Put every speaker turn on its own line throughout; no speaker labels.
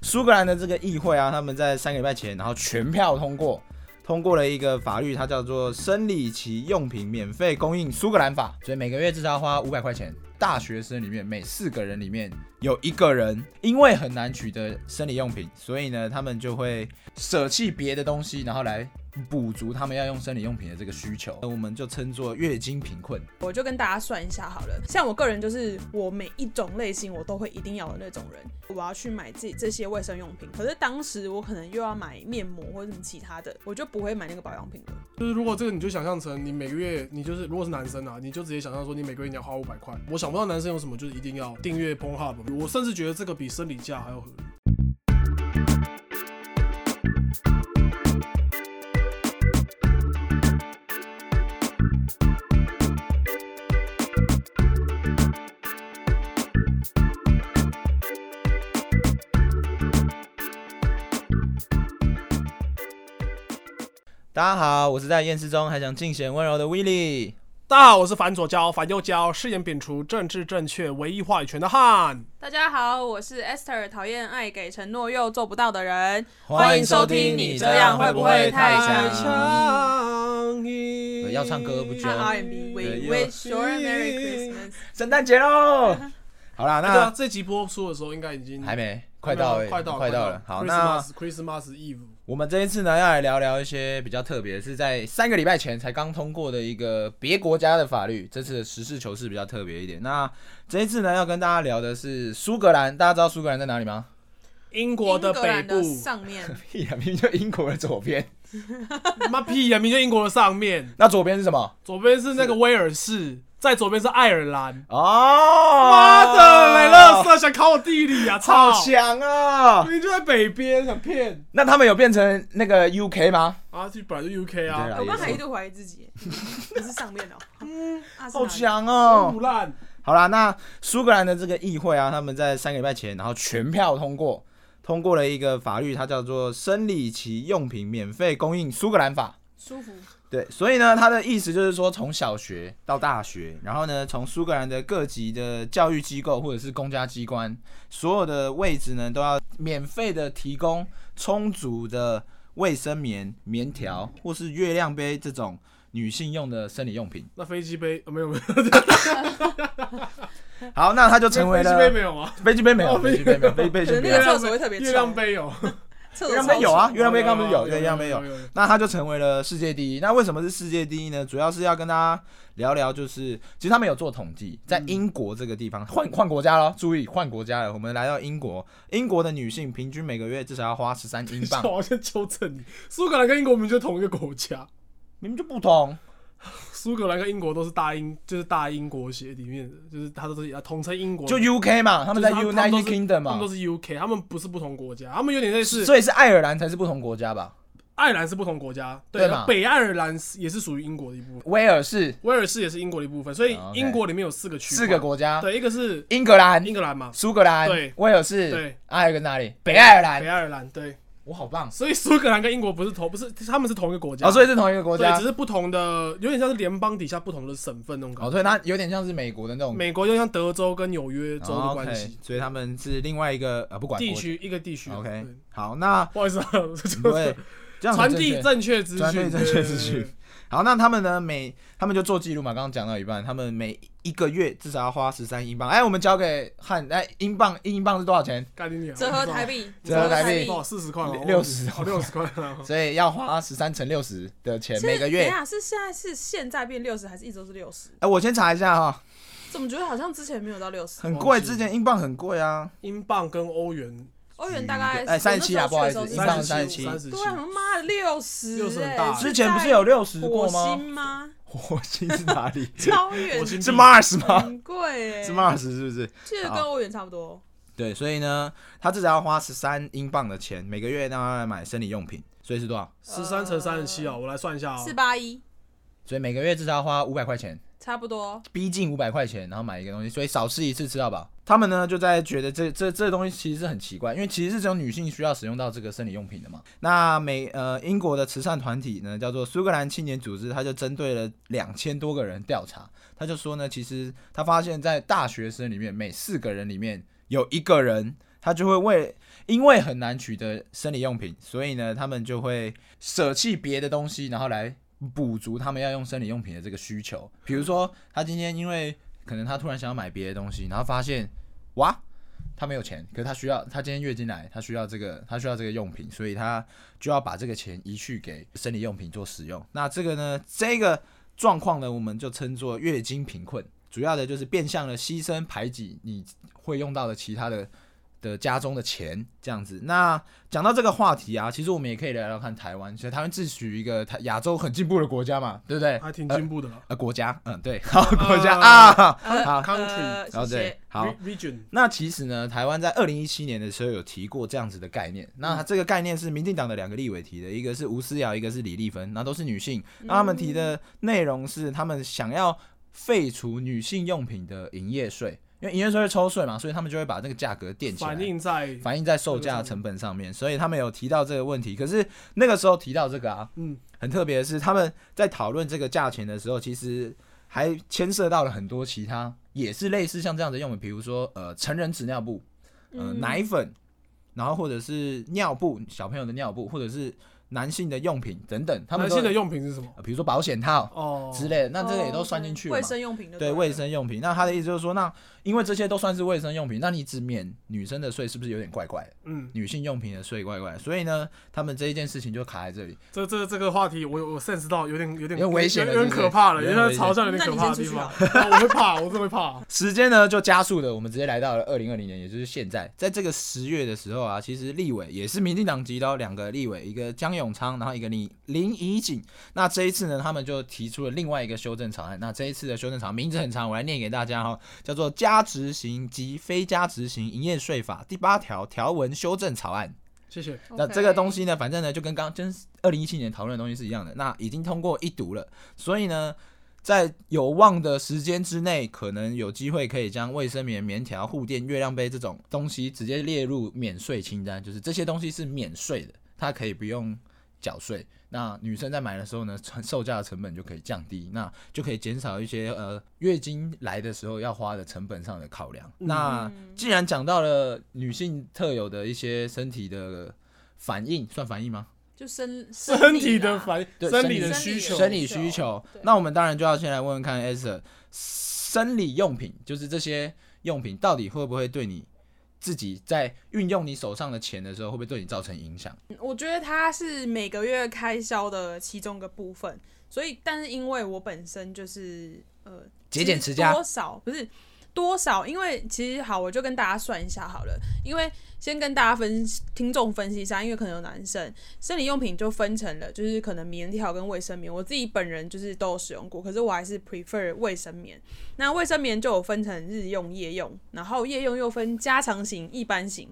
苏格兰的这个议会啊，他们在三个礼拜前，然后全票通过，通过了一个法律，它叫做《生理期用品免费供应苏格兰法》，所以每个月至少要花五百块钱。大学生里面每四个人里面有一个人，因为很难取得生理用品，所以呢，他们就会舍弃别的东西，然后来补足他们要用生理用品的这个需求，我们就称作月经贫困。
我就跟大家算一下好了。像我个人就是我每一种类型我都会一定要的那种人，我要去买这这些卫生用品。可是当时我可能又要买面膜或者什么其他的，我就不会买那个保养品了。
就是如果这个你就想象成你每个月，你就是如果是男生啊，你就直接想象说你每个月你要花五百块。我想不到男生有什么就是一定要订阅 p o n h u b 我甚至觉得这个比生理假还要合理。
大家好，我是在厌世中还想尽显温柔的 w i l l y
大家好，我是反左交、反右交，誓言摒除政治正确、唯一话语权的汉。
大家好，我是 Esther，讨厌爱给承诺又做不到的人。
欢
欢
迎
迎
收
收
听
听
你
你
这
这
样
样
会
会
不
不
会
会
太
太
强
强硬
要唱歌不觉
看
得
R&B，We wish you a Merry Christmas。
圣诞节喽！ 好啦，
对啊，
那
这集播出的时候应该已经
还没，快到了，
快到
快到了。好，那
Christmas Eve
我们这一次呢，要来聊聊一些比较特别，是在三个礼拜前才刚通过的一个别国家的法律。这次的实事求是比较特别一点。那这一次呢，要跟大家聊的是苏格兰。大家知道苏格兰在哪里吗？
英国的
英格
北
兰
部
的，上面，
屁啊呀，明明就英国的左边。
妈屁啊呀，明明就英国的上面，
那左边是什么？
左边是那个威尔士，在左边是爱尔兰。
哦，
妈
妈
的，雷乐，色想考我地理啊！操
好，强啊！
明明就在北边，想骗
那他们有变成那个 UK 吗？
啊！这本来就 UK
对
啊
啦，
我刚才
也
一
是
度怀疑自己，不是上面哦，啊是哪
好
里
强
好
哦！
烂，
好啦，那苏格兰的这个议会啊，他们在三个礼拜前，然后全票通过，通过了一个法律，它叫做《生理期用品免费供应苏格兰法》。
舒服。
对，所以呢，它的意思就是说，从小学到大学，然后呢，从苏格兰的各级的教育机构或者是公家机关，所有的位置呢，都要免费的提供充足的卫生棉、棉条或是月亮杯这种女性用的生理用品。
那飞机杯呃没有没有，
好，那它就 成为
飞机杯
了
没有 啊，
飞机杯没有，
哦
飞机杯没有，飞机杯
可
先
能
不
那
要
个。厕所会特别臭。
月亮杯有，哦
厕
月
所
亮杯
超
有啊，
臭
月亮杯刚不是有，对，月亮杯有。
有。
那它就成为了世界第一。那为什么是世界第一呢？主要是要跟大家聊聊，就是其实他们有做统计，在英国这个地方换换国家咯，注意换国家了。我们来到英国，英国的女性平均每个月至少要花十三英 镑，
我先纠正你，苏格兰跟英国明明就同一个国家，
明明就不同。
苏格兰跟英国都是大英，就是大英国协里面的，就是它都是啊统称英国，
就 UK 嘛，他们在
就是他们他们
United
都是
Kingdom
他们
嘛
都，是 UK，他们不是不同国家，他们有点类似
所以是爱尔兰才是不同国家吧？
爱尔兰是不同国家，
对
对，
嘛
北爱尔兰是也是属于英国的一部分，
威尔士
威尔士也是英国的一部分，所以
啊，OK
英国里面有四个区，
四个，国家，
对，一个是
英格兰、
英格兰嘛，
苏格兰
对、
威尔士，
对，
还有一个哪里？北爱尔
北
兰。
爱尔兰，对，
我好棒！
所以苏格兰跟英国不是同，不是他们是同一个国家，
哦，所以是同一个国
对，
家
只。是不同的，有点像是联邦底下不同的省份那种感
哦，
觉。
所以它有点像是美国的那种
美国就像德州跟纽约州的关
o k
系，
所以他们是另外一个呃，不管
地
国
区一个地区。
OK，
对
好，那
不好意思啊，就是
对，这样很
传
正
递
确
正确资
传递
讯，
正确
对
资讯。
对对对
好，那他们呢？每他们就做记录嘛，刚刚讲到一半，他们每一个月至少要花十三英镑。哎，我们交给汉，哎，英镑一英镑是多少钱？
干你娘！
折合台币，
折合台币
哦，四十块哦，
六60
哦，六十块啊。
所以要花十三乘六十的钱
是啊
每个
等一
月。
下是现在是现在变六十，还是一直都是六十？
哎，我先查一下哈，
怎么觉得好像之前没有到六十？
很贵，
忘记
之前英镑很贵啊，
英镑跟欧元
欧元大概
哎37啦
我那时候去
英
的时候
镑
是
37
三三十七
对，啊，妈的六十，欸
60很大
之前不是有六十过
火星
吗？
吗？
火星是哪里？
超远
火，星
是 Mars 吗？
很贵哎，
是？Mars 是不是？
记得跟欧元差不多。
对，所以呢，他至少要花十三英镑的钱，每个月让他来买生理用品，所以是多少？
十三乘三十七啊，我来算一下啊，
呃四八一，
所以每个月至少要花五百块钱，
差不多。
逼近五百块钱，然后买一个东西，所以少吃一次吃到饱。他们呢就在觉得这这这东西其实是很奇怪，因为其实是只有女性需要使用到这个生理用品的嘛。那美呃英国的慈善团体呢叫做苏格兰青年组织，他就针对了两千多个人调查，他就说呢，其实他发现在大学生里面每四个人里面有一个人，他就会为因为很难取得生理用品，所以呢，他们就会舍弃别的东西，然后来补足他们要用生理用品的这个需求。比如说，他今天因为可能他突然想要买别的东西，然后发现哇，他没有钱，可是他需要，他今天月经来，他需要这个，他需要这个用品，所以他就要把这个钱移去给生理用品做使用。那这个呢，这个状况呢，我们就称作月经贫困，主要的就是变相的牺牲排挤你会用到的其他的的家中的钱这样子。那讲到这个话题啊，其实我们也可以聊聊看台湾，其实台湾自诩一个台亚洲很进步的国家嘛，对不对？
还挺进步的啦。
呃，国家，嗯，对，好，国家啊，好，
Country，
呃，
然后哦对
谢谢。，
好，
Re- region
那其实呢，台湾在二零一七年的时候有提过这样子的概念。那它这个概念是民进党的两个立委提的，一个是吴思瑶，一个是李丽芬，那都是女性。那他们提的内容是，他们想要废除女性用品的营业税，因为营业税会抽税嘛，所以他们就会把这个价格垫起来
反。映在
反映在售价成本上面，所以他们有提到这个问题。可是那个时候提到这个啊，
嗯，
很特别的是，他们在讨论这个价钱的时候，其实还牵涉到了很多其他也是类似像这样的用品，比如说呃成人纸尿布、呃
嗯
奶粉，然后或者是尿布小朋友的尿布，或者是男性的用品等等，他们
男
都
性的用品是什么？
呃比如说保险套
哦，
之类的，那这个也都算进去了嘛。
卫生用品的
对卫生用品，那他的意思就是说，那因为这些都算是卫生用品，那你只免女生的税，是不是有点怪怪的？
嗯，
女性用品的税怪怪的，所以呢，他们这一件事情就卡在这里。
这这这个话题我有我 sense 到有点有点
有点危险了
有点
是不是
可怕了，
有
有
点
点
危险
嘲笑有点可怕的地方。 啊我会怕，我真的会怕。
时间呢就加速了，我们直接来到了二零二零年，也就是现在，在这个十月的时候啊，其实立委也是民进党籍的哦两个立委，一个江永昌，然后一个林林怡景。那这一次呢，他们就提出了另外一个修正草案。那这一次的修正草案名字很长，我来念给大家哈、哦，叫做《加执行及非加执行营业税法》第八条条文修正草案。
谢谢。
那这个东
西，
西呢，反正呢就跟刚跟二零一七年讨论的东西是一样的，那已经通过一读了，所以呢，在有望的时间之内，可能有机会可以将卫生棉、棉条、护垫、月亮杯这种东西直接列入免税清单，就是这些东西是免税的，它可以不用缴税。那女生在买的时候呢，成售价的成本就可以降低，那就可以减少一些呃月经来的时候要花的成本上的考量。那既然讲到了女性特有的一些身体的反应，算反应吗？
就 生
身体的
反，
反
对
应，生理的
生理
需求，
生理需求
对。
那我们当然就要先来问问看 a s 生理用品就是这些用品到底会不会对你自己在运用你手上的钱的时候，会不会对你造成影响？
嗯我觉得它是每个月开销的其中一个部分，所以但是因为我本身就是呃
节俭持家
多少不是多少，因为其实好，我就跟大家算一下好了，因为先跟大家分听众分析一下，因为可能有男生生理用品就分成了，就是可能棉条跟卫生棉，我自己本人就是都有使用过，可是我还是 prefer 卫生棉。那卫生棉就有分成日用、夜用，然后夜用又分加长型、一般型，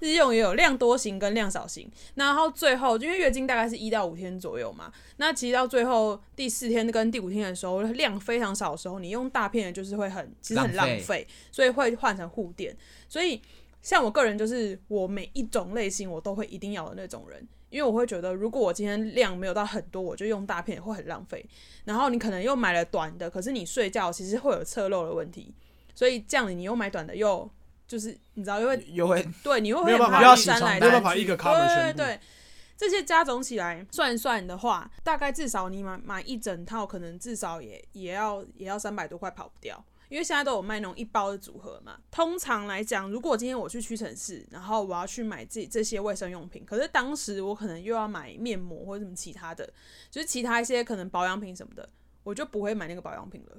日用也有量多型跟量少型。然后最后，因为月经大概是一到五天左右嘛，那其实到最后第四天跟第五天的时候，量非常少的时候，你用大片的就是会很其实很
浪
浪
费
费，所以会换成护垫。所以像我个人就是我每一种类型我都会一定要的那种人，因为我会觉得如果我今天量没有到很多，我就用大片也会很浪费。然后你可能又买了短的，可是你睡觉其实会有侧漏的问题，所以这样你又买短的又。就是你知道，因为
又会
对，你会
没有办法
很
不要
麻
洗
烦
床
来
单没有
来
办法
去
一个
对
cover 全
对
部
对，这些加总起来算一算的话，大概至少你买买一整套，可能至少也也要也要三百多块跑不掉。因为现在都有卖那种一包的组合嘛。通常来讲，如果今天我去屈臣氏，然后我要去买自己这些卫生用品，可是当时我可能又要买面膜或者什么其他的，就是其他一些可能保养品什么的，我就不会买那个保养品了。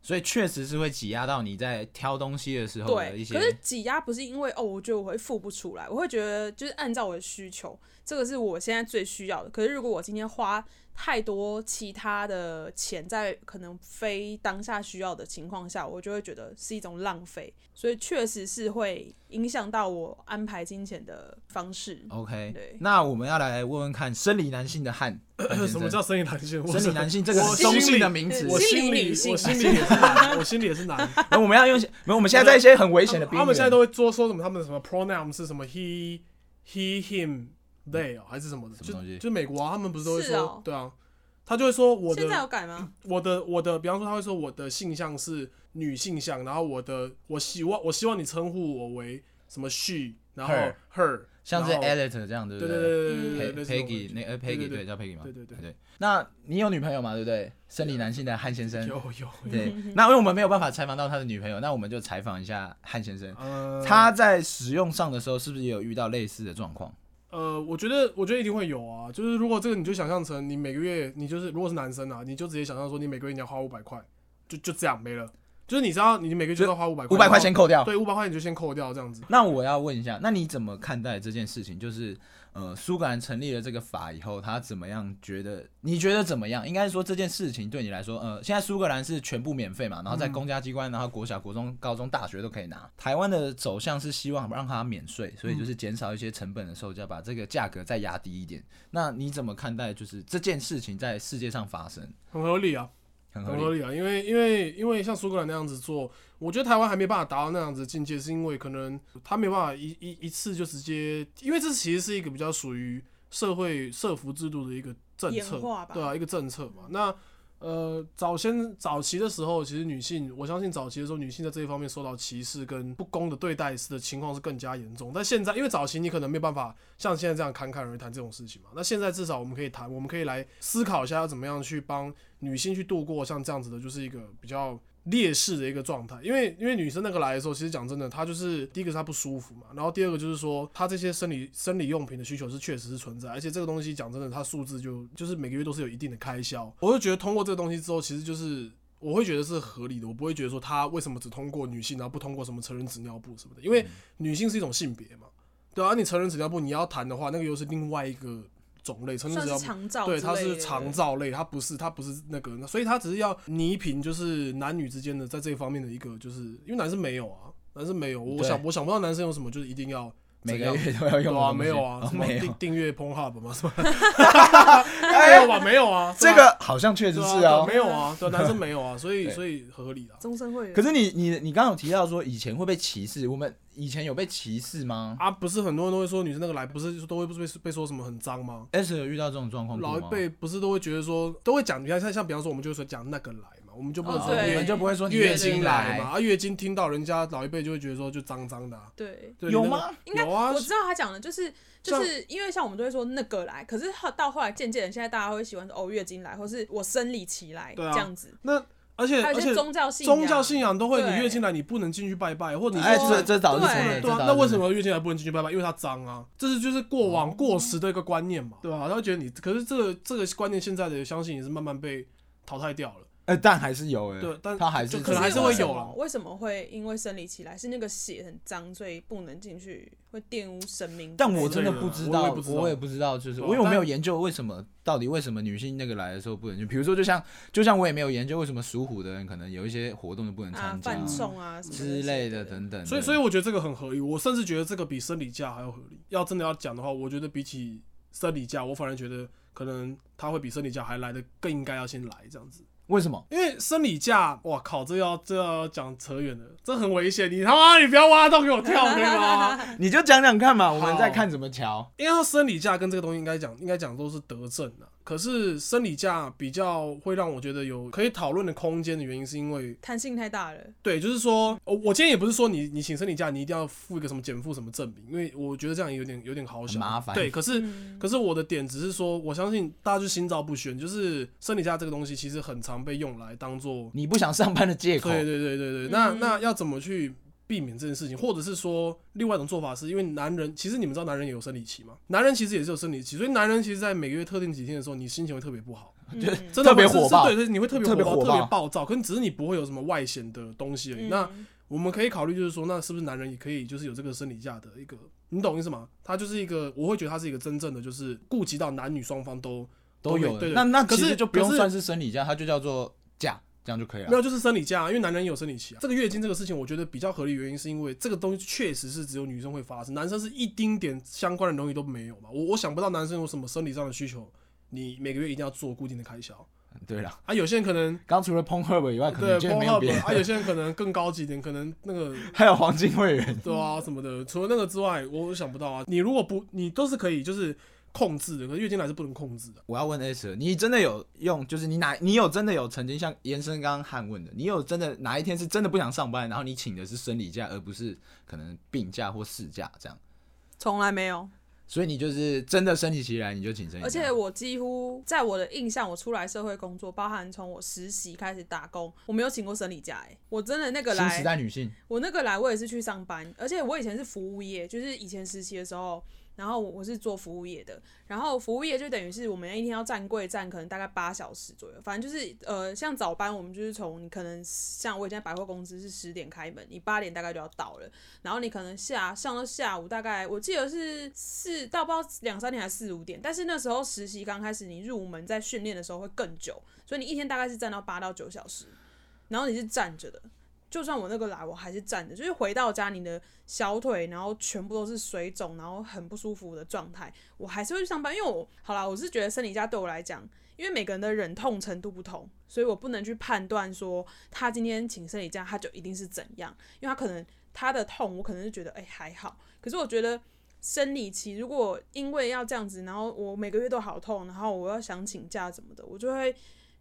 所以确实是会挤压到你在挑东西的时候的一
对，
些。
可是挤压不是因为哦，我觉得我会付不出来，我会觉得就是按照我的需求，这个是我现在最需要的。可是如果我今天花太多其他的钱在可能非当下需要的情况下，我就会觉得是一种浪费，所以确实是会影响到我安排金钱的方式。
哦
OK，
对
那我们要来问问看生理男性的汉，汉先生
什么叫生理男性？
生理男性这个
我
很中
心
性
里
的名词？
我
心
心
理
里
女性
我心里也是男，我心里也是男。
然后我们要用，没有，我们现在在一些很危险的边
他们现在
缘
都。会做说什么？他们的什么 pronoun 是什么？he、he、him、they 哦，还是什么的？
什么东西
就就美国啊，他们不是都会
是哦
说对啊，他就会说我
现在有
的嗯
改吗？
我的我的，比方说他会说我的性向是女性向，然后我的我希望我希望你称呼我为什么 she，然后
Her
her，
像是
然后
Elliot 这样，对不
对对对对对
？Pe-
对
Peggy 那呃
对
Peggy
对
对叫 Peggy 吗？
对对对
对。那你有女朋友吗？对不对？生理男性的汉先生。
有有，
对，那因为我们没有办法采访到他的女朋友，那我们就采访一下汉先生，
呃，
他在使用上的时候是不是也有遇到类似的状况？
呃，我觉得我觉得一定会有啊，就是如果这个你就想象成你每个月你就是如果是男生啊，你就直接想象说你每个月你要花五百块，就就这样没了，就是你知道你每个月就要花五百
五百块钱，扣掉。
对，五百块你就先扣掉这样子。
那我要问一下，那你怎么看待这件事情？就是，呃，苏格兰成立了这个法以后，他怎么样觉得？你觉得怎么样？应该说这件事情对你来说，呃，现在苏格兰是全部免费嘛，然后
嗯
在公家机关，然后国小、国中、高中、大学都可以拿。台湾的走向是希望让它免税，所以就是
嗯
减少一些成本的售价，把这个价格再压低一点。那你怎么看待就是这件事情在世界上发生？
很合理啊，
很合
很
理。
合理啊，因为因为因为像苏格兰那样子做，我觉得台湾还没办法达到那样子的境界，是因为可能他没办法一一一次就直接，因为这其实是一个比较属于社会社服制度的一个政
演
策，
化吧
对啊，一个政策嘛。那呃，早先早期的时候，其实女性，我相信早期的时候，女性在这一方面受到歧视跟不公的对待的情况是更加严重。但现在，因为早期你可能没有办法像现在这样侃侃而谈这种事情嘛，那现在至少我们可以谈，我们可以来思考一下要怎么样去帮女性去度过像这样子的，就是一个比较。劣势的一个状态，因为因为女生那个来的时候，其实讲真的，她就是第一个是她不舒服嘛，然后第二个就是说她这些生理生理用品的需求是确实是存在，而且这个东西讲真的，它数字就就是每个月都是有一定的开销。我就觉得通过这个东西之后，其实就是我会觉得是合理的，我不会觉得说她为什么只通过女性，然后不通过什么成人纸尿布什么的，因为女性是一种性别嘛，对啊，你成人纸尿布你要谈的话，那个又是另外一个种类，成人
算
纸
是
尿布
长照之
对，
类的，
它是长照类，它不是它不是那个，所以它只是要倪萍，就是男女之间的在这一方面的一个，就是因为男生没有啊，男生没有，我
对
想我想不到男生有什么就是一定要
每
怎
个
样
月都要用
对
的
啊，
东西
没有啊，
哦
什么
没
订
有，
订阅 Pornhub 嘛，什 么没
哎
有，吧，没有啊，
这个好像确实
对啊
是
对啊
哦，
没有啊，对啊，男生没有啊，所以
对
所以合理的啊
终身会员。
可是你你你刚刚有提到说以前会被歧视，我们以前有被歧视吗
啊，不是很多人都会说女生那个来，不是都会被被说什么很脏吗？
？S 有遇到这种状况过
老
吗
一辈不是都会觉得说，都会讲，你看像像比方说，我们就会说讲那个来嘛，我们就不能
哦
说
我
对
月
们就不会说你
月经
经
来嘛，
嘛？
啊，月经听到人家老一辈就会觉得说就脏脏的、啊，
对，
对
有？吗？
应该
有啊
我知道他讲的就是就是因为像我们都会说那个来，可是后到后来渐渐的，现在大家会喜欢说哦月经来，或是我生理期来、
对啊
这样子，
那而且
还有
而
一
且
些宗教信
宗教信仰都会，
对
你月经来你不能进去拜拜，或者你
哎，
说
这这早就
对
承认了，哦
对
这
啊
早，
那
就
为什么月经来不能进去拜拜？因为它脏啊，这是就是过往过时的一个观念嘛，对吧、他会觉得你，可是这个这个观念现在的相信也是慢慢被淘汰掉了，
呃，但还是有哎，
对但
他还是
就可能还是
为
会
什
有
么
啊
为什么会因为生理期来是那个血很脏，所以不能进去，会玷污神明？
但我真的不知道
我也不，知道
我也不知道，就是
对啊
我因为我没有研究为什么到底为什么女性那个来的时候不能去，比如
嗯
说就像就像我也没有研究为什么属虎的人可能有一些活动都不能
啊
参，加
饭送啊什么
之类的
对
等等的，
所以所以我觉得这个很合理，我甚至觉得这个比生理假还要合理。要真的要讲的话，我觉得比起生理假，我反而觉得可能它会比生理假还来的更应该要先来这样子。
为什么？
因为生理假，哇靠，这要这要讲扯远了，这很危险。你他妈，你不要挖洞给我跳，可以 吗？
你就讲讲看嘛，我们再看怎么瞧。
因为它生理假跟这个东西应该讲，应该讲都是德政啊。可是生理假比较会让我觉得有可以讨论的空间的原因，是因为
弹性太大了，
对，就是说，我我今天也不是说你你请生理假，你一定要付一个什么减负什么证明，因为我觉得这样有点有点好小，
很麻烦
对，可是、
嗯
可是我的点只是说，我相信大家就心照不宣，就是生理假这个东西其实很常被用来当做，
你不想上班的借口，
对对对对对，那
嗯
那要怎么去？避免这件事情，或者是说，另外一种做法是因为男人，其实你们知道男人也有生理期嘛，男人其实也是有生理期，所以男人其实在每个月特定几天的时候，你心情会特别不好。
就
嗯
真的
特别
会是
火爆
是对对，你会特别
特别
火
火
爆，特别
爆
暴躁。可是只是你不会有什么外显的东西而已。
嗯
那我们可以考虑，就是说，那是不是男人也可以就是有这个生理假的一个，你懂意思吗？它就是一个，我会觉得它是一个真正的，就是顾及到男女双方都
都有的。
对对
那那
可
其
是
实就不用
可是
算是生理假，它就叫做假，这样就可以
没
了。
有，就是生理假、因为男人也有生理期啊。这个月经这个事情，我觉得比较合理的原因是因为这个东西确实是只有女生会发生，男生是一丁点相关的东西都没有嘛。我我想不到男生有什么生理上的需求，你每个月一定要做固定的开销
对了，
啊。有些人可能
刚除了 p o n h u b 以外，可
对
能就没有
Pornhub
别
啊，
的，
有些人可能更高级一点，可能那个
还有黄金会员。
对啊什么的。除了那个之外，我想不到啊。你如果不，你都是可以就是控制的，可是月经来是不能控制的。
我要问 S，你真的有用？就是你哪，你有真的有曾经像延伸刚刚汉问的，你有真的哪一天是真的不想上班，然后你请的是生理假，而不是可能病假或事假这样？
从来没有。
所以你就是真的身体其然，你就请生。
而且我几乎在我的印象，我出来社会工作，包含从我实习开始打工，我没有请过生理假、欸。我真的那个
新时
来，
代女性，
我那个来，我也是去上班，而且我以前是服务业，就是以前实习的时候。然后我我是做服务业的，然后服务业就等于是我们一天要站柜站，可能大概八小时左右。反正就是呃，像早班我们就是从你可能像我以前在百货公司是十点开门，你八点大概就要到了。然后你可能下上到下午，大概我记得是四到不知道两三点还是四五点，但是那时候实习刚开始，你入门在训练的时候会更久，所以你一天大概是站到八到九小时，然后你是站着的。就算我那个来，我还是站着，就是回到家，你的小腿然后全部都是水肿，然后很不舒服的状态，我还是会去上班，因为我好啦，我是觉得生理假对我来讲，因为每个人的忍痛程度不同，所以我不能去判断说他今天请生理假他就一定是怎样，因为他可能他的痛，我可能是觉得哎、还好，可是我觉得生理期如果因为要这样子，然后我每个月都好痛，然后我要想请假怎么的，我就会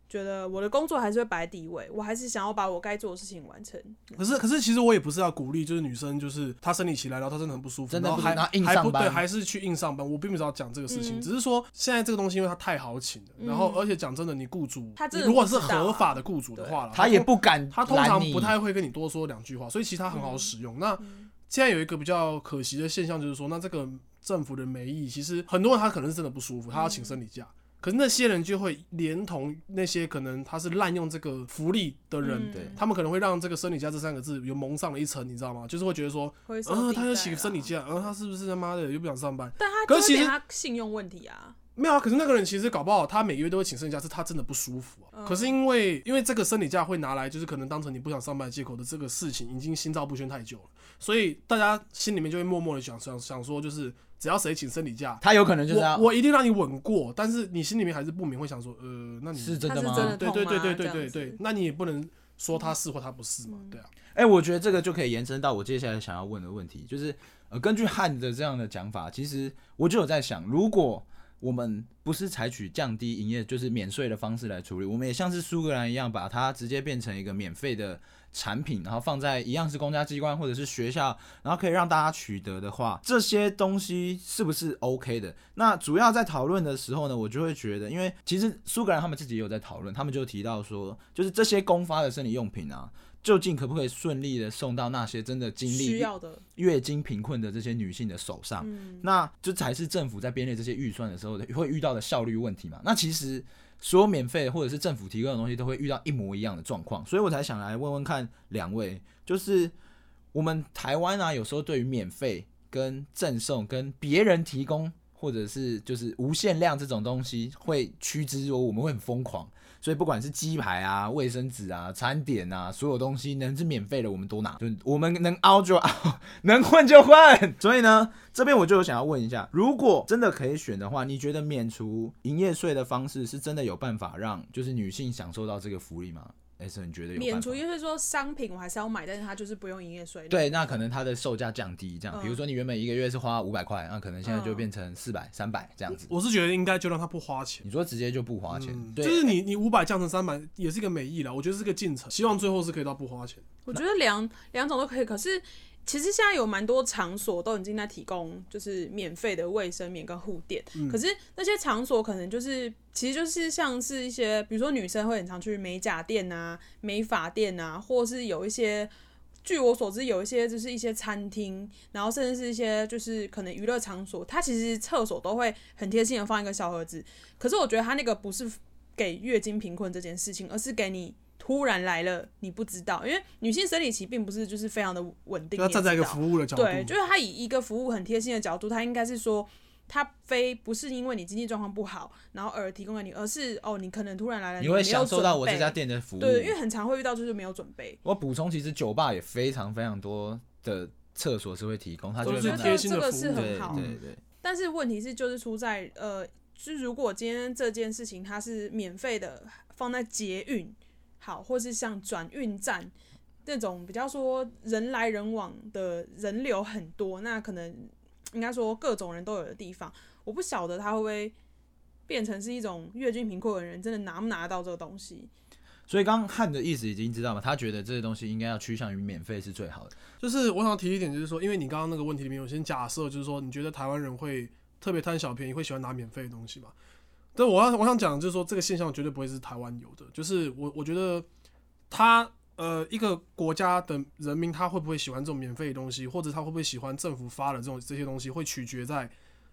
觉得我的工作还是会摆在第一位，我还是想要把我该做的事情完成。
可是可是其实我也不是要鼓励，就是女生就是她生理期来，然后她真的很不舒服，
真的
然
不舒
后
服
还
然后硬
还
上
不
班
对，还是去硬上班。我并不是要讲这个事情，
嗯
只是说现在这个东西因为它太好请了，然后而且讲真的，你雇主
他真的
如果
不知
是
道啊
合法的雇主的
哦
话啦，
她也不敢，
他通常不。太会跟你多说两句话，所以其实他很好使用。那现在有一个比较可惜的现象，就是说，那这个政府的美意，其实很多人他可能是真的不舒服，他要请生理假。可是那些人就会连同那些可能他是滥用这个福利的人，
嗯
对
他们可能会让这个生理假这三个字有蒙上了一层，你知道吗？就是会觉得说，
灰色
嗯、
地
他要
带
请
啦
生理，假，嗯、他是不是他妈的又不想上班？
但他
可
就是是
其实
他信用问题啊。
没有啊，可是那个人其实搞不好他每个月都会请生理假，是他真的不舒服、啊。
嗯
可是因为因为这个生理假会拿来就是可能当成你不想上班的借口的这个事情，已经心照不宣太久了，所以大家心里面就会默默的想想想说，就是只要谁请生理假，
她有可能就是
我
要
我一定让你稳过，但是你心里面还是不明会想说，呃，那你
是真的
她
吗？
是真的
对对对对对
痛吗
对
这样
对
子，
那你也不能说他是或他不是
嗯
嘛，对啊，
哎、我觉得这个就可以延伸到我接下来想要问的问题，就是呃，根据汉的这样的讲法，其实我就有在想，如果我们不是采取降低营业就是免税的方式来处理，我们也像是苏格兰一样，把它直接变成一个免费的产品，然后放在一样是公家机关或者是学校，然后可以让大家取得的话，这些东西是不是 OK 的？那主要在讨论的时候呢，我就会觉得，因为其实苏格兰他们自己也有在讨论，他们就提到说，就是这些公发的生理用品啊，究竟可不可以顺利的送到那些真的经
需
历
要的，
月经贫困的这些女性的手上？
嗯，
那这才是政府在编列这些预算的时候的会遇到的效率问题嘛。那其实所有免费的或者是政府提供的东西都会遇到一模一样的状况，所以我才想来问问看两位，就是我们台湾啊，有时候对于免费跟赠送跟别人提供或者是就是无限量这种东西，会趋之若鹜，我们会很疯狂。所以不管是鸡排啊、卫生纸啊、餐点啊，所有东西能是免费的，我们都拿，就我们能凹就凹，能混就混。所以呢，这边我就有想要问一下，如果真的可以选的话，你觉得免除营业税的方式是真的有办法让就是女性享受到这个福利吗？S，你觉得有办
免
法
除？就是说商品我还是要买，但是它就是不用营业税。，
对，那可能它的售价降低，这样，比如说你原本一个月是花五百块，那可能现在就
嗯
变成四百、三百这样子。
我是觉得应该就让他不花钱。
你说直接就不花钱，
嗯就
对，
是你你五百降成三百也是一个美意啦，我觉得是个进程，希望最后是可以到不花钱。
我觉得两两种都可以，可是。其实现在有蛮多场所都已经在提供就是免费的卫生棉跟护垫，
嗯
可是那些场所可能就是其实就是像是一些，比如说女生会很常去美甲店啊、美发店啊，或是有一些据我所知，有一些就是一些餐厅，然后甚至是一些就是可能娱乐场所，它其实厕所都会很贴心的放一个小盒子。可是我觉得它那个不是给月经贫困这件事情，而是给你突然来了你不知道，因为女性生理期并不是就是非常的稳定，
就要站在一
你也
个
知道
服务的角度，
对，就是他以一个服务很贴心的角度，他应该是说，他非不是因为你经济状况不好，然后而提供给你，而是哦，你可能突然来了，
你
没有
会享受到我这家
准备。
店的服务。
对，因为很常会遇到就是没有准备，
我补充，其实酒吧也非常非常多的厕所是会提供，它就
都
会
是
觉
慢
得
慢
贴心
这
的
个
服务
是
对
很好。
对对，
但是问题是就是出在呃，就如果今天这件事情它是免费的，放在捷运好，或是像转运站。那种比较说人来人往的人流很多，那可能应该说各种人都有的地方，我不晓得他会不会变成是一种月经贫困的人真的拿不拿得到这个东西。
所以刚刚汉的意思已经知道嘛，他觉得这些东西应该要趋向于免费是最好的。
就是我想提一点，就是说，因为你刚刚那个问题里面，我先假设就是说，你觉得台湾人会特别贪小便宜，会喜欢拿免费的东西嘛？但我要我想讲，就是说这个现象绝对不会是台湾有的。就是我我觉得他呃，一个国家的人民他会不会喜欢这种免费的东西，或者他会不会喜欢政府发的这种这些东西，会取决在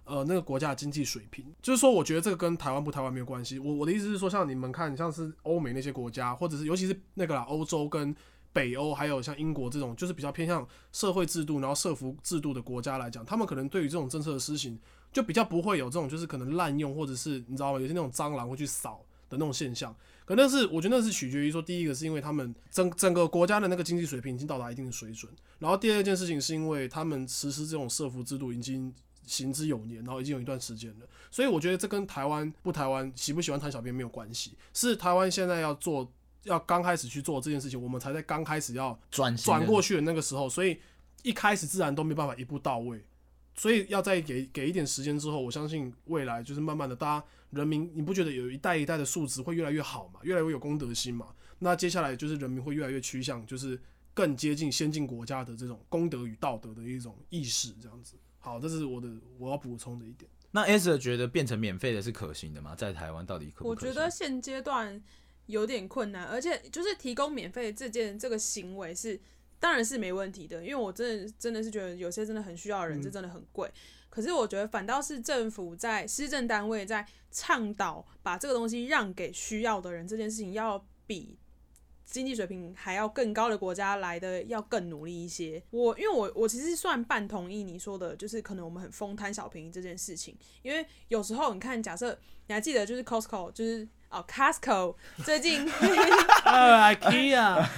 呃那个国家的经济水平。就是说，我觉得这个跟台湾不台湾没有关系。我我的意思是说，像你们看，像是欧美那些国家，或者是尤其是那个啦，欧洲跟北欧，还有像英国这种，就是比较偏向社会制度，然后社服制度的国家来讲，他们可能对于这种政策的施行，就比较不会有这种就是可能滥用，或者是你知道吗？有些那种蟑螂会去扫的那种现象。可那是我觉得那是取决于说，第一个是因为他们整整个国家的那个经济水平已经到达一定的水准，然后第二件事情是因为他们实施这种社服制度已经行之有年，然后已经有一段时间了。所以我觉得这跟台湾不台湾喜不喜欢贪小便宜没有关系，是台湾现在要做要刚开始去做这件事情，我们才在刚开始要
转型的
转过去的那个时候，所以一开始自然都没办法一步到位，所以要再给给一点时间之后，我相信未来就是慢慢的，大家人民，你不觉得有一代一代的素质会越来越好嘛，越来越有公德心嘛？那接下来就是人民会越来越趋向，就是更接近先进国家的这种公德与道德的一种意识，这样子。好，这是我的我要补充的一点。
那 S 觉得变成免费的是可行的吗？在台湾到底可不
我
可行？
觉得现阶段有点困难，而且就是提供免费这件这个行为是，当然是没问题的，因为我真的真的是觉得有些真的很需要的人，
嗯
这真的很贵。可是我觉得反倒是政府在施政单位在倡导把这个东西让给需要的人这件事情，要比经济水平还要更高的国家来的要更努力一些。我因为我我其实算半同意你说的，就是可能我们很疯贪小便宜这件事情，因为有时候你看，假设你还记得就是 Costco 就是。哦，Costco 最近
啊，IKEA，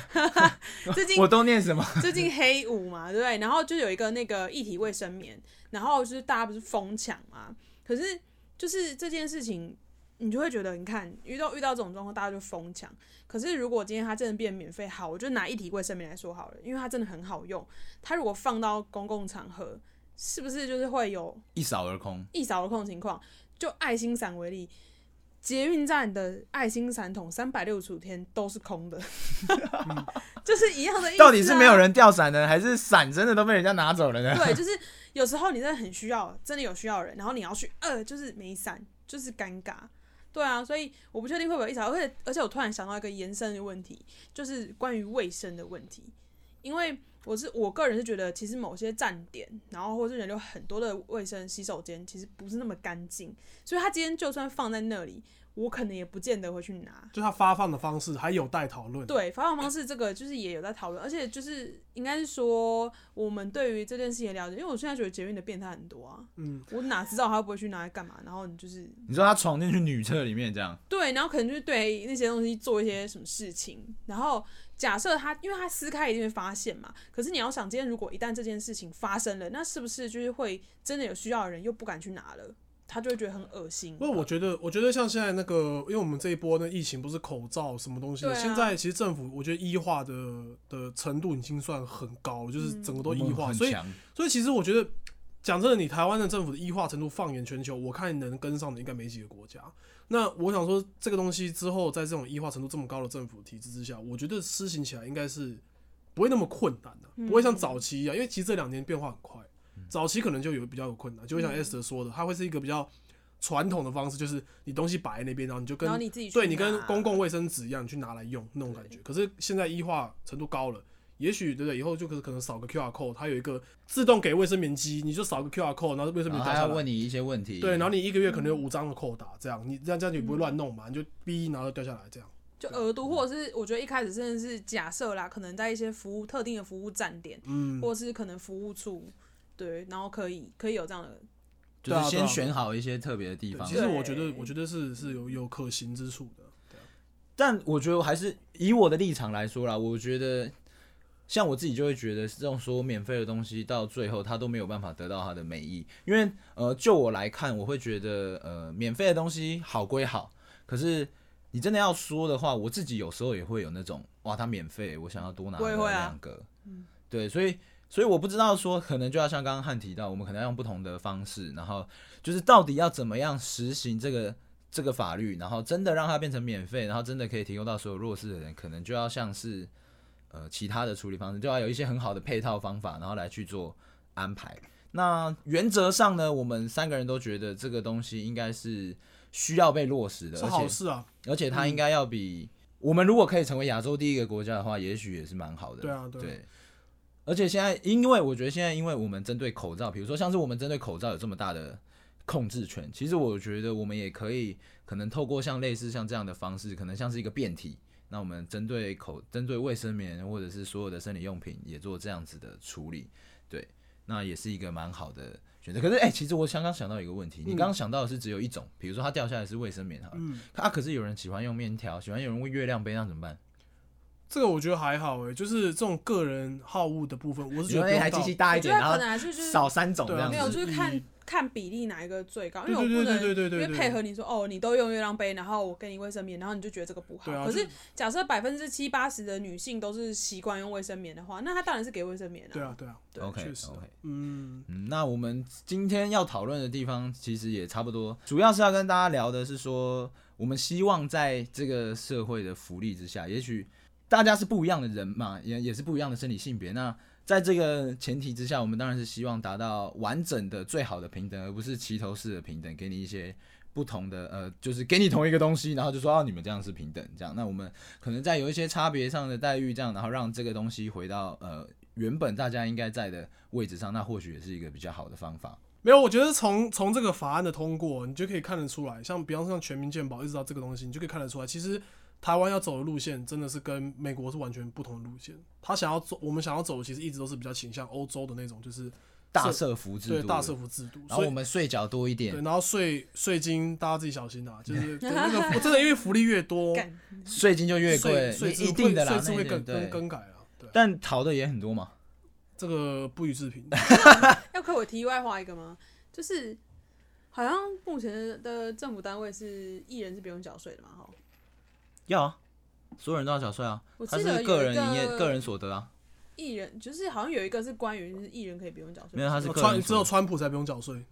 最近
我都念什么？
最近黑五嘛，对不对？然后就有一个那个一体卫生棉，然后就是大家不是疯抢嘛，可是就是这件事情，你就会觉得，你看遇到遇到这种状况，大家就疯抢。可是如果今天它真的变免费，好，我就拿一体卫生棉来说好了，因为它真的很好用。它如果放到公共场合，是不是就是会有
一扫而空。
一扫而空的情况？就爱心伞为例。捷运站的爱心伞桶三百六十五天都是空的， 就是一样的意思、啊。
到底是没有人掉伞呢，还是伞真的都被人家拿走了呢？
对，就是有时候你真的很需要，真的有需要的人，然后你要去呃，就是没伞，就是尴尬。对啊，所以我不确定会不会有一条，而且而且我突然想到一个延伸的问题，就是关于卫生的问题，因为我是我个人是觉得，其实某些站点，然后或是人流很多的卫生洗手间，其实不是那么干净，所以他今天就算放在那里，我可能也不见得会去拿。
就它发放的方式还有待讨论。
对，发放方式这个就是也有在讨论，而且就是应该是说我们对于这件事情的了解，因为我现在觉得捷运的变态很多啊，
嗯，
我哪知道他会不会去拿来干嘛？然后你就是
你说他闯进去女厕里面这样，
对，然后可能就是对那些东西做一些什么事情，然后假设他，因为他撕开一定会发现嘛，可是你要想，今天如果一旦这件事情发生了，那是不是就是会真的有需要的人又不敢去拿了，他就会觉得很恶心
不。过我觉得，我觉得像现在那个，因为我们这一波呢，疫情不是口罩什么东西的，
对啊
现在其实政府我觉得医化的的程度已经算很高了，就是整个都医化，
很
所以
强。
所以其实我觉得，讲真的，你台湾的政府的医化程度放眼全球，我看能跟上的应该没几个国家。那我想说，这个东西之后在这种医化程度这么高的政府体制之下，我觉得施行起来应该是不会那么困难的、
嗯
不会像早期一啊样，因为其实这两年变化很快，早期可能就有比较有困难，就会像 S 说的，它会是一个比较传统的方式，就是你东西摆在那边，然后你就跟
然后你自己去
对你跟
拿
公共卫生纸一样，你去拿来用那种感觉。可是现在医化程度高了，也许对不对？以后就可可能扫个 QR code，它有一个自动给卫生棉机，你就扫个 QR code，然后卫生
然
棉
后他
打下
要
来。
啊问你一些问题。
对，然后你一个月可能有五张的扣打，这样你这样这样你不会乱弄嘛？你就逼，然后掉下来这样。
就额度，或者是我觉得一开始真的是假设啦，可能在一些服务特定的服务站点，
嗯，
或是可能服务处，对，然后可以可以有这样的，
就是
对啊对
先
啊
选好一些特别的地
对
方
其。实我觉得，我觉得是是有有可行之处的。对啊
但我觉得我还是以我的立场来说啦，我觉得像我自己就会觉得这种所有免费的东西到最后它都没有办法得到它的美意，因为呃，就我来看，我会觉得呃，免费的东西好归好，可是你真的要说的话，我自己有时候也会有那种哇，它免费，我想要多拿
我也会啊
两个，对，所以。所以我不知道说，可能就要像刚刚汉提到，我们可能要用不同的方式，然后就是到底要怎么样实行这个这个法律，然后真的让它变成免费，然后真的可以提供到所有弱势的人，可能就要像是呃其他的处理方式，就要有一些很好的配套方法，然后来去做安排。那原则上呢，我们三个人都觉得这个东西应该是需要被落实的，
是
而
好
且
事啊，
而且它应该要比、我们如果可以成为亚洲第一个国家的话，也许也是蛮好的。
对啊对啊
对。而且现在，因为我觉得现在，因为我们针对口罩，比如说像是我们针对口罩有这么大的控制权，其实我觉得我们也可以可能透过像类似像这样的方式，可能像是一个变体。那我们针对口、针对卫生棉或者是所有的生理用品也做这样子的处理，对，那也是一个蛮好的选择。可是，哎、其实我刚刚想到一个问题，你刚刚想到的是只有一种，比如说它掉下来是卫生棉，好了，
嗯，
啊，可是有人喜欢用面条，喜欢有人用月亮杯，那怎么办？
这个我觉得还好诶、就是这种个人好恶的部分，我是觉得不
一
用
台
到
机器大
我
一
觉
点，
得
然
可
后
能还是就是
少三种
对
这
啊
样
没有，
子。
就是
以
看看比例哪一个最高，因为我
对对
不能
对对对对
因为
对
配合你说哦，你都用月亮杯，然后我给你卫生棉，然后你就觉得这个不好。
对啊
可
就是
假设百分之七八十的女性都是习惯用卫生棉的话，那她当然是给卫生棉
对啊，对啊，
对
OK
确实
OK，
嗯，
嗯，那我们今天要讨论的地方其实也差不多，主要是要跟大家聊的是说，我们希望在这个社会的福利之下，也许大家是不一样的人嘛，也也是不一样的生理性别。那在这个前提之下，我们当然是希望达到完整的、最好的平等，而不是齐头式的平等，给你一些不同的呃，就是给你同一个东西，然后就说啊，你们这样是平等，这样。那我们可能在有一些差别上的待遇，这样，然后让这个东西回到呃原本大家应该在的位置上，那或许也是一个比较好的方法。
没有，我觉得从从这个法案的通过，你就可以看得出来，像比方说像全民健保一直到这个东西，你就可以看得出来，其实台湾要走的路线真的是跟美国是完全不同的路线。他想要走，我们想要走的其实一直都是比较倾向欧洲的那种，就是
大社福制
对
度，
大社福制度，
然后
所
我
以。
们税缴多一
对，
点，
然后税税金大家自己小心啊， 就是对那个真的，因为福利越多，
干
税金就越
税
贵，
税制
一
会
定的啦
税，制会
那
更
个
更
对。
更改啊。对，
但逃的也很多嘛，
这个不予置评。
要可我题外话一个吗？就是好像目前的政府单位是艺人是不用缴税的嘛，哈。
要啊，所有人都要缴税啊
我，记
它
得
是
有
个
一
人营业、
个
个人所得 啊，
艺人就是好像有一个是关于就是艺人可以不用缴税，
没有他是
不
个
呃川
人
只有
所得。
川普才不用缴税，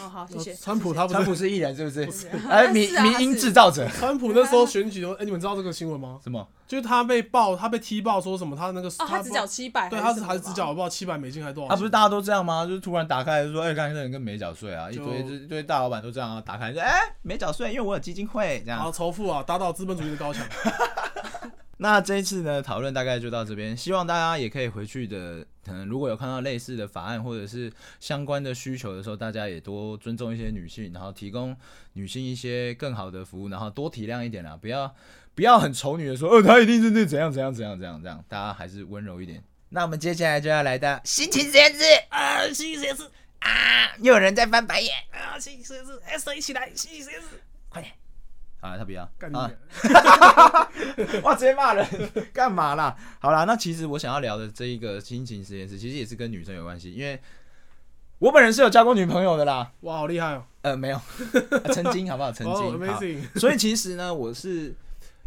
呃
哦好谢谢。
川普他不
川
是
普是艺人是不是？
谢谢
哎，迷
是啊
迷音
是
制造者
川普那时候选举的时候，哎，你们知道这个新闻吗？
什么？
就是他被爆，他被踢爆说什么？他那个
哦，他只缴七百，
对，他
还
是
是
还是只
只
缴我不知道七百美金还是多少
啊，
钱，
不是大家都这样吗？就是突然打开说，哎、刚才那人跟没缴税啊，一
就
堆一堆大老板都这样啊，打开说，哎、没缴税，因为我有基金会这
然后
样。
仇富啊，打倒资本主义 的高墙。
那这一次呢，讨论大概就到这边，希望大家也可以回去的，可能如果有看到类似的法案或者是相关的需求的时候，大家也多尊重一些女性，然后提供女性一些更好的服务，然后多体谅一点啦，不要不要很丑女的说，呃，她一定是那怎样怎样怎样怎样怎样，大家还是温柔一点。那我们接下来就要来到心情实验室啊，心情实验室啊，又有人在翻白眼啊，心情实验室，哎、谁起来？心情实验室，快点！啊，他不要
干你
啊
娘！
哇，直接骂人，干嘛啦？好啦，那其实我想要聊的这一个心情实验室，其实也是跟女生有关系，因为我本人是有交过女朋友的啦，
哇，好厉害哦！
呃，没有， 曾经好不好？曾
哇
经好
，amazing！
所以其实呢，我是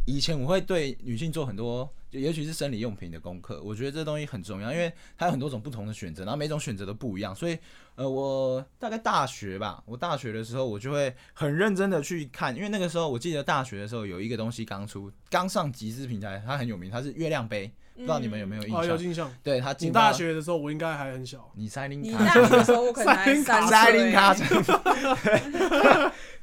以前我会对女性做很多，就尤其是生理用品的功课。我觉得这东西很重要，因为它有很多种不同的选择，然后每种选择都不一样。所以，呃，我大概大学吧，我大学的时候我就会很认真的去看，因为那个时候我记得大学的时候有一个东西刚出，刚上集资平台，它很有名，它是月亮杯，不知道你们有没有印
啊，
象？
有印象。
对，它
你
进
大
到，
学的时候，我应该还很小。
你塞零
你
卡
大。学的时候我可能还
塞
三
塞
岁
林卡车。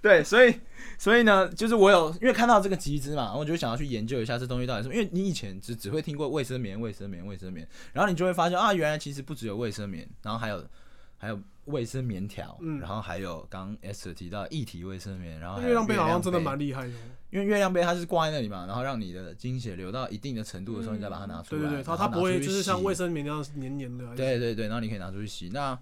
对，所以所以呢，就是我有因为看到这个集资嘛，我就想要去研究一下这东西到底是什么。因为你以前只只会听过卫生棉、卫生棉、卫生棉，然后你就会发现啊，原来其实不只有卫生棉，然后还有还有卫生棉条，
嗯
然后还有刚 S 提到一体卫生棉，然后还有
月亮杯好像真的
月亮杯
蛮厉害的，
因为月亮杯它是挂在那里嘛，然后让你的经血流到一定的程度的时候，你再把它拿出
对
来。
对对，它
然后
它
拿
不会
出去
就是像
洗
卫生棉那样黏黏的。还是，啊
对对对，然后你可以拿出去洗。那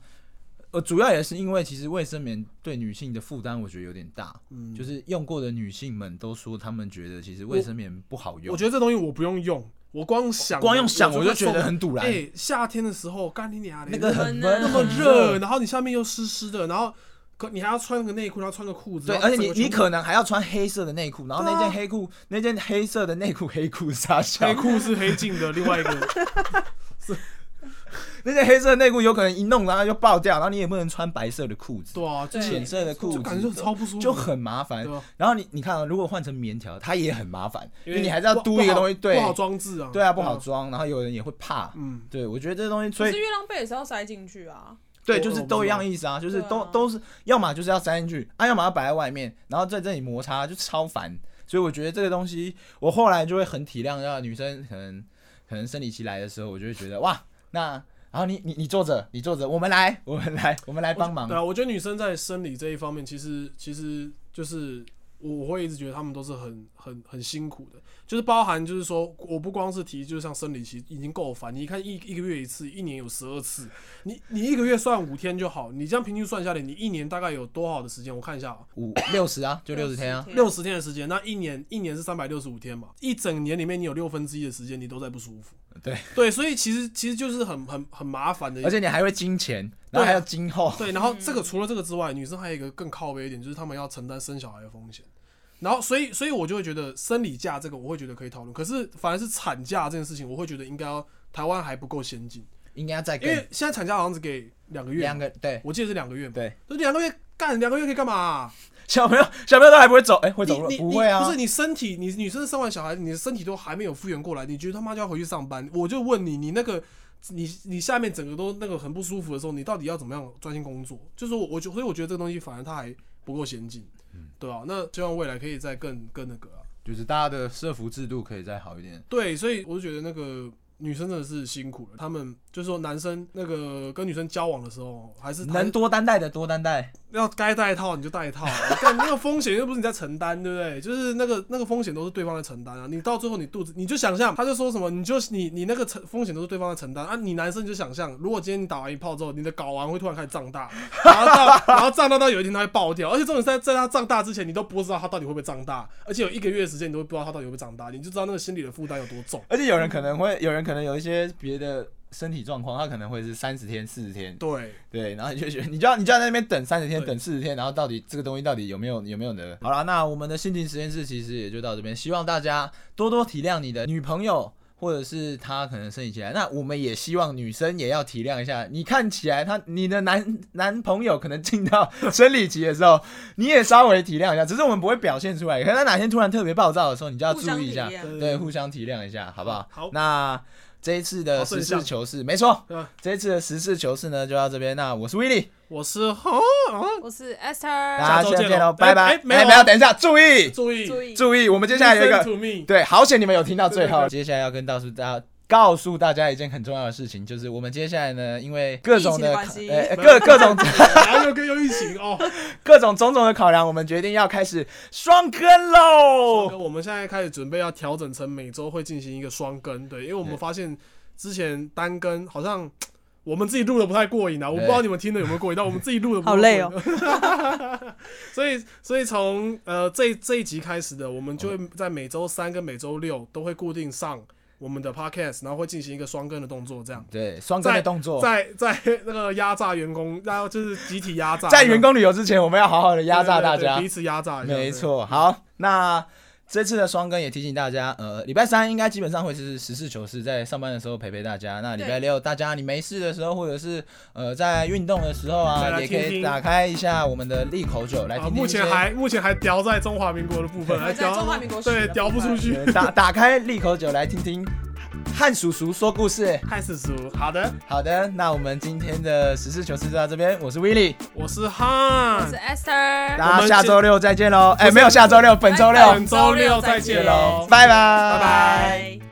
呃，主要也是因为其实卫生棉对女性的负担，我觉得有点大。
嗯
就是用过的女性们都说，她们觉得其实卫生棉不好用。
我觉
得
得这东西我不用用，我光想
光用想我就
会
觉得
受
很堵然，
哎，夏天的时候，干你娘的，
那个很闷，啊
那
那么
很
热，。然后你下面又湿湿的，然后可你还要穿个内裤，然后穿个裤子，
对，
然后
而且你
整个全
你
部
可能还要穿黑色的内裤，然后那
对啊
件黑裤、那件黑色的内裤黑裤是啥小
黑，裤是黑镜的另外一个，
那些黑色的内裤有可能一弄然后就爆掉，然后你也不能穿白色的裤子，
对啊，就
对
是
浅色的裤
就
子
感觉就超不舒服，
就很麻烦
对。啊，
然后你你看、啊，如果换成棉条，它也很麻烦，因
因
为
为
你还是要
不
嘟一个东西，
不好
对
不好装置啊，
对啊，不好装，然后有人也会怕。
嗯，
对，我觉得这东西，所
可
以
是月亮杯也是要塞进去啊。
对，
我
就是
我不
都一
知道
样意思啊，就是
对啊
都都是，要么就是要塞进去，啊，要么要摆在外面，然后在这里摩擦，就超烦。所以我觉得这个东西，我后来就会很体谅，要女生可能可能生理期来的时候，我就会觉得哇，那然后你你你坐着，你坐着，我们来， 我们来，我们来帮忙
对。啊，我觉得女生在生理这一方面，其实其实就是我我会一直觉得她们都是很很很辛苦的，就是包含就是说，我不光是提，就是像生理期已经够烦，你看一一个月一次，一年有十二次，你你一个月算五天就好，你这样平均算下来，你一年大概有多少的时间？我看一下啊，
五六十啊，就六十天啊，
六十天的时间，那一年一年是三百六十五天嘛，一整年里面你有六分之一的时间你都在不舒服。
对
对，所以其实其实就是很很很麻烦的一个
而且你还会经前，然后
对
还要经后，
对，然后这个除了这个之外，女生还有一个更靠背一点，就是她们要承担生小孩的风险。然后，所以，所以我就会觉得生理假这个，我会觉得可以讨论。可是，反而是产假这件事情，我会觉得应该要台湾还不够先进，
应该再
因
更
为现在产假好像只给两个月，
两个对
我记得是两个月嘛。
对，
就两个月干，两个月可以干嘛、
小朋友小朋友都还不会走，哎、会
你
走路
你
不
你
会啊？
不是你身体，你女生生完小孩，你的身体都还没有复原过来，你觉得他妈就要回去上班？我就问你，你那个你你下面整个都那个很不舒服的时候，你到底要怎么样专心工作？就是我我觉所以我觉得这个东西反而它还不够先进，对啊，那希望未来可以再更更那个啊，
就是大家的社服制度可以再好一点。
对，所以我就觉得那个。女生真的是辛苦了，他们就是说男生那个跟女生交往的时候，还是还
能
是
多担待的多担待，
要该戴套你就戴套、啊，但那个风险又不是你在承担，对不对？就是那个那个风险都是对方在承担啊。你到最后你肚子，你就想象，他就说什么，你就你你那个承风险都是对方在承担啊。你男生你就想象，如果今天你打完一炮之后，你的睾丸会突然开始胀大，然后到然后胀大到有一天它会爆掉，而且重点是在在它胀大之前，你都不知道它到底会不会胀大，而且有一个月的时间你都不知道它到底会不会胀大，你就知道那个心理的负担有多重。
而且有人可能会，有人可能有一些别的身体状况，他可能会是三十天、四十天，
对，
对，然后你就觉得你就要你就要在那边等三十天、
对
等四十天，然后到底这个东西到底有没有有没有呢？好了，那我们的心情实验室其实也就到这边，希望大家多多体谅你的女朋友。或者是她可能生理期来，那我们也希望女生也要体谅一下。你看起来她你的男男朋友可能进到生理期的时候，你也稍微体谅一下，只是我们不会表现出来。可能他哪天突然特别暴躁的时候，你就要
啊互
注
相
意一
体
下，
谅
对，互相体谅一下，好不好？
好
那这一次的
好
实
正
事
向
求是，没错，
嗯
这一次的实事求是呢就到这边。那我是 w i l l y
我是哈，
我是
大家
下
Esther，
下
周
次
见
见喽，
喽
拜拜。
哎哎没有啊
没有，等一下，注意
注意
注意，
注意，我们接下来有一
Listen
个，
to me
对，好险你们有听到最
对对
后。
对
接下来要跟告诉大家。告诉大家一件很重要的事情，就是我们接下来呢，因为各种
疫情的
的
关
考
系
呃各各种
然后又跟又一起哦。
各种种种的考量，我们决定要开始双更喽
双。更我们现在开始准备要调整成每周会进行一个双更，对，因为我们
对
发现之前单更好像我们自己录的不太过瘾啊，我不
对
知道你们听的有没有过瘾，但我们自己录的
好累哦。
所以，所以从呃这一这一集开始的，我们就会在每周三跟每周六都会固定上我们的 podcast，然后会进行一个双更的动作，这样。
对，双更的
在
动作，
在在那个压榨员工，然后就是集体压榨，
在员工旅游之前，我们要好好的压榨大
对对对
家。
彼此压榨一下，
没
对
错，好，那这次的双更也提醒大家，呃，礼拜三应该基本上会是实事求是，在上班的时候陪陪大家。那礼拜六大家你没事的时候，或者是呃在运动的时候
再
啊，
来
也可
听
以
听
打开一下我们的利口酒来
啊，
听听
目
一些。
前还目前还屌在中华民国的部分，
还
还
在
屌
中华民国史的
对
部
屌不出
分
去。
呃 打打开利口酒来听听汉叔叔说故事。
太世俗，好的，
好的，那我们今天的实事求是就到这边，我是 w i l l y
我是
我
汉
是，Esther，
大
我
家
们
下周六再见喽。哎、没有下周六，本周六，
拜拜
本周六再见喽，
拜拜，拜
拜拜。